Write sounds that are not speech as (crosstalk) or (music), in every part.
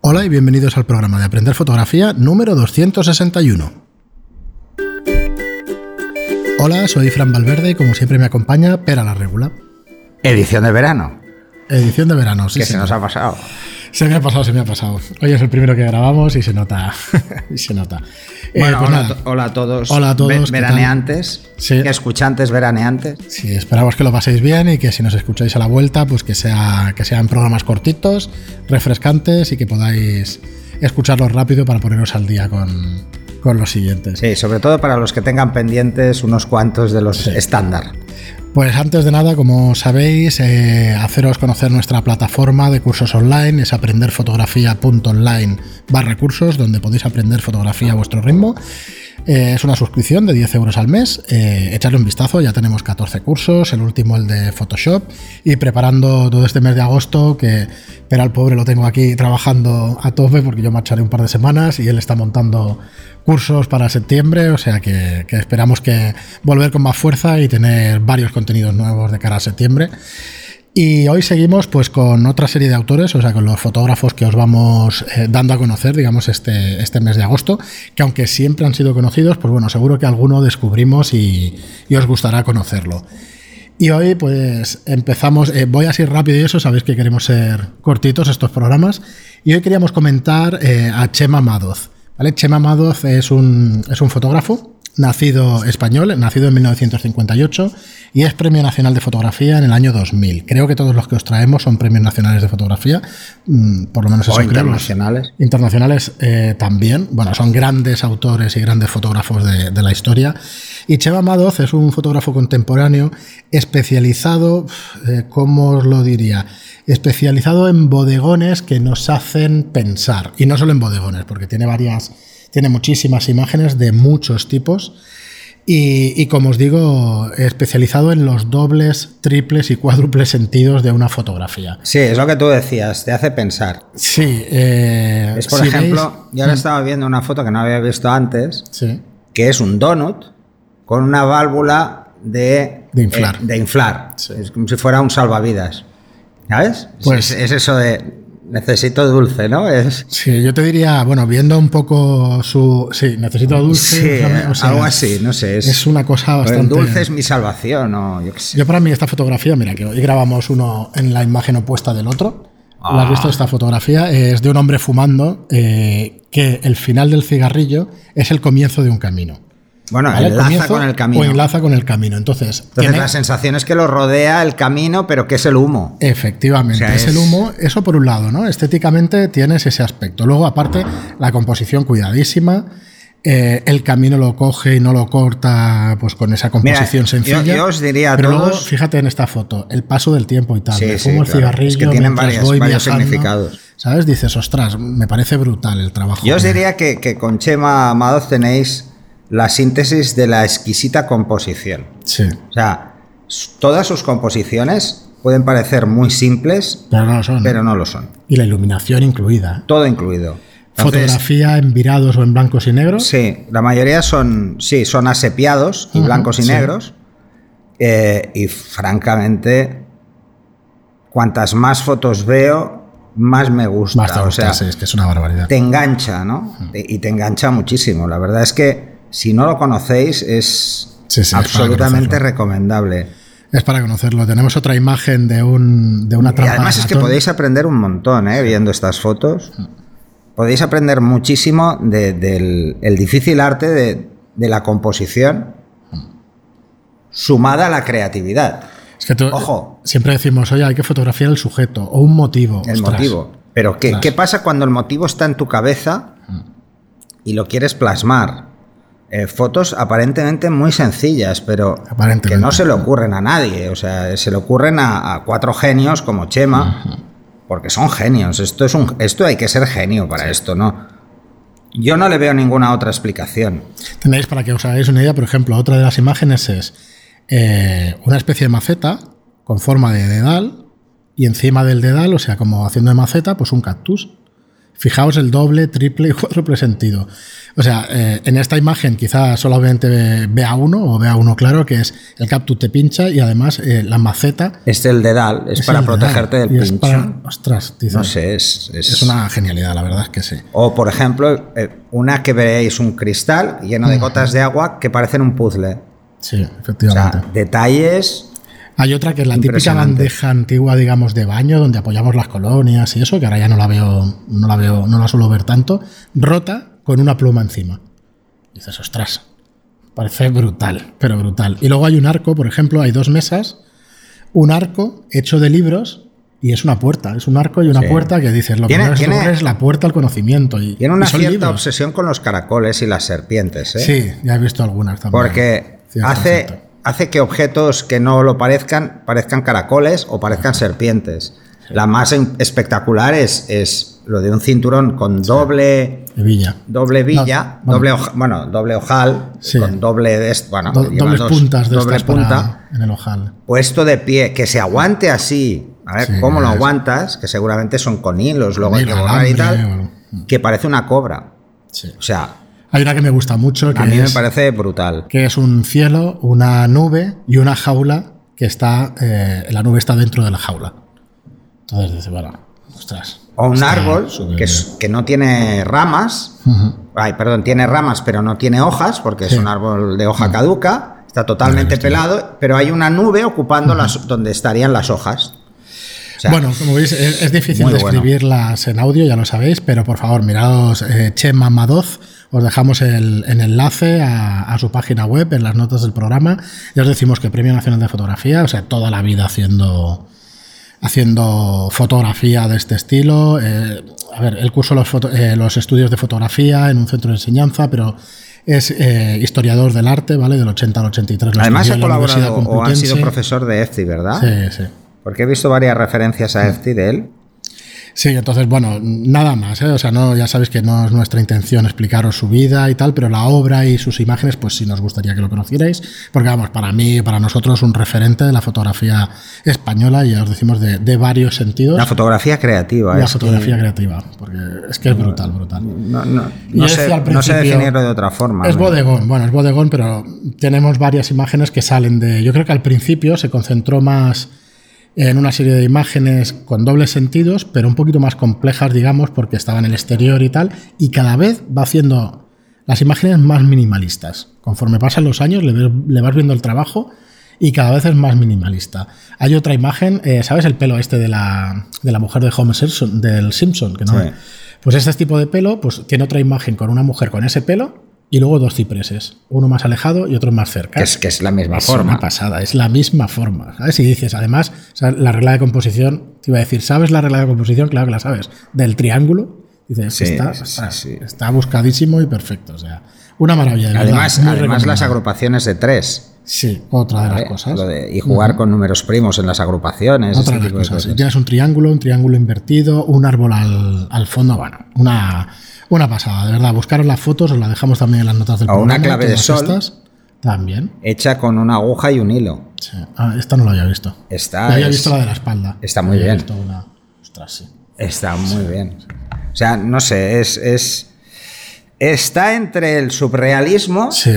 Hola y bienvenidos al programa de Aprender Fotografía número 261. Hola, soy Fran Valverde y como siempre me acompaña Pera la Regula. Edición de verano. Edición de verano, sí. Que se señor. nos ha pasado. Se me ha pasado, se me ha pasado. Hoy es el primero que grabamos y se nota. (laughs) y se nota. Eh, Bueno, pues hola, nada. a to- hola a todos. Hola a todos, ¿qué tal? veraneantes. Sí. Escuchantes veraneantes. Sí, esperamos que lo paséis bien y que si nos escucháis a la vuelta, pues que, sea, que sean programas cortitos, refrescantes y que podáis escucharlos rápido para poneros al día con, con los siguientes. Sí, sobre todo para los que tengan pendientes unos cuantos de los estándar. Pues antes de nada, como sabéis, eh, haceros conocer nuestra plataforma de cursos online, es aprenderfotografía.online barra cursos, donde podéis aprender fotografía a vuestro ritmo. Eh, es una suscripción de 10 euros al mes, eh, echarle un vistazo, ya tenemos 14 cursos, el último el de Photoshop, y preparando todo este mes de agosto, que pero al pobre lo tengo aquí trabajando a tope porque yo marcharé un par de semanas y él está montando cursos para septiembre, o sea que, que esperamos que volver con más fuerza y tener varios contenidos nuevos de cara a septiembre. Y hoy seguimos pues con otra serie de autores, o sea, con los fotógrafos que os vamos eh, dando a conocer, digamos, este, este mes de agosto, que aunque siempre han sido conocidos, pues bueno, seguro que alguno descubrimos y, y os gustará conocerlo. Y hoy pues empezamos, eh, voy así rápido y eso, sabéis que queremos ser cortitos estos programas, y hoy queríamos comentar eh, a Chema Madoz. ¿vale? Chema Madoz es un, es un fotógrafo nacido español, nacido en 1958 y es Premio Nacional de Fotografía en el año 2000. Creo que todos los que os traemos son premios nacionales de fotografía, mm, por lo menos eso O creo, los- internacionales. internacionales eh, también. Bueno, son grandes autores y grandes fotógrafos de, de la historia. Y Cheva Madoz es un fotógrafo contemporáneo especializado, eh, ¿cómo os lo diría? Especializado en bodegones que nos hacen pensar. Y no solo en bodegones, porque tiene varias, tiene muchísimas imágenes de muchos tipos. Y, y como os digo, especializado en los dobles, triples y cuádruples sentidos de una fotografía. Sí, es lo que tú decías, te hace pensar. Sí, eh, Es por si ejemplo, veis- mm. yo ahora estaba viendo una foto que no había visto antes, Sí. que es un donut con una válvula de, De inflar. eh, de inflar. Sí. Es como si fuera un salvavidas. ¿Sabes? Es- Pues- es, es eso de necesito dulce, ¿no? Es, Sí, yo te diría, bueno, viendo un poco su. Sí, necesito dulce. Sí, ¿sabes? O sea, algo así, no sé. Es, Es una cosa Pero bastante. El dulce es mi salvación, o yo qué sé. Yo para mí esta fotografía, mira, que hoy grabamos uno en la imagen opuesta del otro. ¿La has Ah. visto esta fotografía? Es de un hombre fumando eh, que el final del cigarrillo es el comienzo de un camino. Bueno, ¿vale? enlaza Comienzo con el camino. O enlaza con el camino. Entonces, Entonces tiene- la sensación es que lo rodea el camino, pero que es el humo. Efectivamente, O sea, es, es- el humo, eso por un lado, ¿no? Estéticamente tienes ese aspecto. Luego, aparte, la composición cuidadísima, eh, el camino lo coge y no lo corta, pues con esa composición yo- sencilla. yo os diría a Pero luego, todos- fíjate en esta foto, el paso del tiempo y tal. Sí, me sí, fumo el claro. cigarrillo, Es que tienen mientras varias- voy varios viajando, significados. ¿Sabes? Dices, ostras, me parece brutal el trabajo. Yo os que- diría que, que con Chema Amados tenéis la síntesis de la exquisita composición. Sí, O sea, s- todas sus composiciones pueden parecer muy simples, pero no lo son. pero no lo son. Y la iluminación incluida. Todo incluido. Entonces, Fotografía en virados o en blancos y negros. Sí, la mayoría son, sí, son asepiados y Ujú, blancos y sí. negros. Eh, y francamente, cuantas más fotos veo, más me gusta. Más te o gusta, sea, sí, es que es una barbaridad. te engancha, ¿no? Te- Y te engancha muchísimo. La verdad es que si no lo conocéis, es Sí, sí, es para absolutamente conocerlo. recomendable. Es para conocerlo. Tenemos otra imagen de, un, de una Y trampa. además de es que ratón. podéis aprender un montón, ¿eh? Viendo estas fotos. Podéis aprender muchísimo de- del el difícil arte de, de la composición Mm. sumada a la creatividad. Es que tú- Ojo. Siempre decimos, oye, hay que fotografiar el sujeto o un motivo. El Ostras. motivo. Pero ¿qué, Ostras. Mm. qué pasa cuando el motivo está en tu cabeza y lo quieres plasmar? Eh, fotos aparentemente muy sencillas, pero Aparentemente. que no se le ocurren a nadie. O sea, se le ocurren a, a cuatro genios como Chema, porque son genios. Esto, es un, esto hay que ser genio para esto, ¿no? Yo no le veo ninguna otra explicación. Tenéis para que os hagáis una idea, por ejemplo, otra de las imágenes es eh, una especie de maceta con forma de dedal y encima del dedal, o sea, como haciendo de maceta, pues un cactus. Fijaos el doble, triple y (laughs) cuádruple sentido. O sea, eh, en esta imagen quizá solamente ve- vea uno o vea uno claro, que es el cactus te pincha y además eh, la maceta... Este el dedal es, es para el de dar, protegerte del y es pincho. para- ostras, dices, No sé, es, es- Es una genialidad, la verdad es que sí. O, por ejemplo, eh, una que veréis un cristal lleno de gotas de agua que parecen un puzzle. Sí, O sea, efectivamente. detalles. Hay otra que es la típica Impresionante. bandeja antigua, digamos, de baño, donde apoyamos las colonias y eso, que ahora ya no la veo, no la veo, no la suelo ver tanto, rota con una pluma encima. Dices, ostras, parece brutal, pero brutal. Y luego hay un arco, por ejemplo, hay dos mesas, un arco hecho de libros y es una puerta, es un arco y una Sí. puerta que dices, lo Tiene- primero que se te tiene- ocurre es la puerta al conocimiento. Y, Tiene una y son cierta libros. obsesión con los caracoles y las serpientes, ¿eh? Sí, ya he visto algunas también. Porque Cierto, hace, cierto. hace que objetos que no lo parezcan parezcan caracoles o parezcan serpientes. La más en- espectacular es, es lo de un cinturón con doble, Hebilla. doble villa, bueno. doble hoja- bueno, doble ojal, Sí. con doble de est- bueno, Do- Ah, lleva dobles dos- puntas de doble estas para- en el ojal. puesto de pie, que se aguante así. A ver Sí, cómo lo es- aguantas, que seguramente son con hilos, luego hay que Mira, borrar y alambre, tal, bueno. que parece una cobra. Sí. O sea, Hay una que me gusta mucho, que, a mí me es, parece brutal. que es un cielo, una nube y una jaula que está. eh, la nube está dentro de la jaula. Entonces dice, bueno, ostras. O un está árbol súper que, bien. es- que no tiene ramas, Ujú. Ay, perdón, tiene ramas pero no tiene hojas, porque es Sí. un árbol de hoja caduca, está totalmente pelado, pero hay una nube ocupando las, donde estarían las hojas. O sea, bueno, como veis, es, es difícil muy bueno. describirlas en audio, ya lo sabéis, pero por favor, miraos eh, Chema Madoz. Os dejamos el, el enlace a, a su página web en las notas del programa. Ya os decimos que Premio Nacional de Fotografía, o sea, toda la vida haciendo, haciendo fotografía de este estilo. eh, a ver, él cursó los, foto- eh, los estudios de fotografía en un centro de enseñanza, pero es eh, historiador del arte, ¿vale? Del 80 al 83. lo además estudió ha en la Universidad colaborado o ha sido Complutense. profesor de EFTI, ¿verdad? Sí, sí. Porque he visto varias referencias a EFTI de él. Sí, entonces, bueno, nada más, ¿eh? O sea, no, ya sabéis que no es nuestra intención explicaros su vida y tal, pero la obra y sus imágenes, pues sí nos gustaría que lo conocierais, porque vamos, para mí, para nosotros, un referente de la fotografía española, y ya os decimos de, de varios sentidos. La fotografía creativa. y la es que fotografía creativa, porque es que es brutal, brutal. no, no- Yo no decía sé, al no sé principio, definirlo de otra forma. Es ¿no? bodegón, bueno, es bodegón, pero tenemos varias imágenes que salen de. Yo creo que al principio se concentró más en una serie de imágenes con dobles sentidos, pero un poquito más complejas, digamos, porque estaba en el exterior y tal, y cada vez va haciendo las imágenes más minimalistas. Conforme pasan los años, le, ves- le vas viendo el trabajo y cada vez es más minimalista. Hay otra imagen, eh, ¿sabes? El pelo este de la, de la mujer de Homer Simpson, del Simpson, que no. Sí. Pues este tipo de pelo, pues tiene otra imagen con una mujer con ese pelo y luego dos cipreses, uno más alejado y otro más cerca. Que es, que es la misma Es forma. una pasada, es la misma forma. ¿sabes? Si dices, además, o sea, la regla de composición, te iba a decir, ¿sabes la regla de composición? Claro que la sabes. Del triángulo, dices, Sí, está, sí, está- sí. está buscadísimo y perfecto. O sea, una maravilla. de verdad, Además, muy además las recomendable. agrupaciones de tres. Sí, otra de las ¿eh? cosas. Lo de- y jugar con números primos en las agrupaciones. Otra este de las tipo de cosas. cosas. Tienes un triángulo, un triángulo invertido, un árbol al, al fondo. Ah, Bueno, una, una pasada, de verdad. Buscaros las fotos, os las dejamos también en las notas del O una programa. clave de todas sol. estas. También. Hecha con una aguja y un hilo. sí. Ah, esta no la había visto. Está, la había Ah, es- visto la de la espalda. está muy Había bien. visto una- Ostras, sí. está muy bien. O sea, no sé, es, es- está entre el surrealismo, Sí.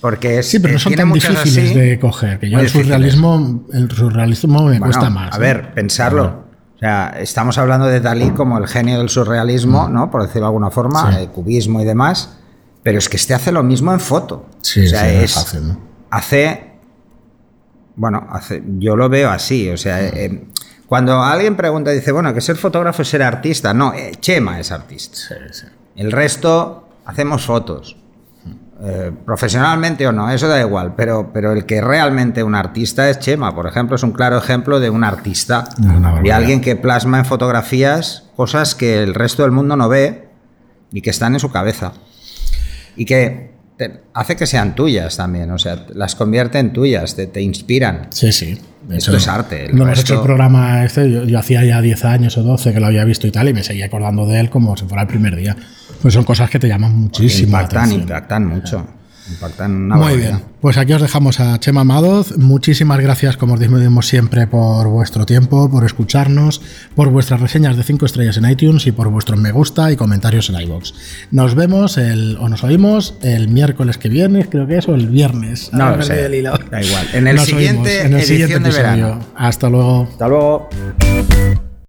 porque es- eh, Sí, pero no son tiene tan muchas difíciles así. de coger. Que yo Muy el surrealismo, el surrealismo me Bueno, cuesta más. A ¿eh? ver, pensarlo. O sea, estamos hablando de Dalí como el genio del surrealismo, ¿no? Por decirlo de alguna forma, Mm. Sí. el cubismo y demás. Pero es que este hace lo mismo en foto. Sí, o sea, sí, no es, es fácil, ¿no? hace. Bueno, hace, yo lo veo así. O sea, Mm. eh, cuando alguien pregunta, dice, bueno, que ser fotógrafo es ser artista. No, eh, Chema es artista. Sí, sí. El resto hacemos fotos. Eh, profesionalmente o no, eso da igual, pero, pero el que realmente un artista es Chema, por ejemplo, es un claro ejemplo de un artista, una de barbaridad. alguien que plasma en fotografías cosas que el resto del mundo no ve y que están en su cabeza y que te- hace que sean tuyas también, o sea, las convierte en tuyas, te, te inspiran. Sí, sí. De Esto es arte, el No hemos resto- hecho el programa este, yo, yo hacía ya 10 años o 12 que lo había visto y tal, y me seguía acordando de él como si fuera el primer día. Pues son cosas que te llaman muchísimo la impactan, atención. impactan mucho. Impactan una Muy barbaridad. bien, pues aquí os dejamos a Chema Madoz. Muchísimas gracias, como os decimos siempre, por vuestro tiempo, por escucharnos, por vuestras reseñas de 5 estrellas en iTunes y por vuestros me gusta y comentarios en iBox. Nos vemos el, o nos oímos el miércoles que viene, creo que es, o el viernes. No Ahora lo me sé. perdí el hilo. Da igual. En el Nos siguiente oímos en el edición siguiente de verano. episodio. Hasta luego. Hasta luego.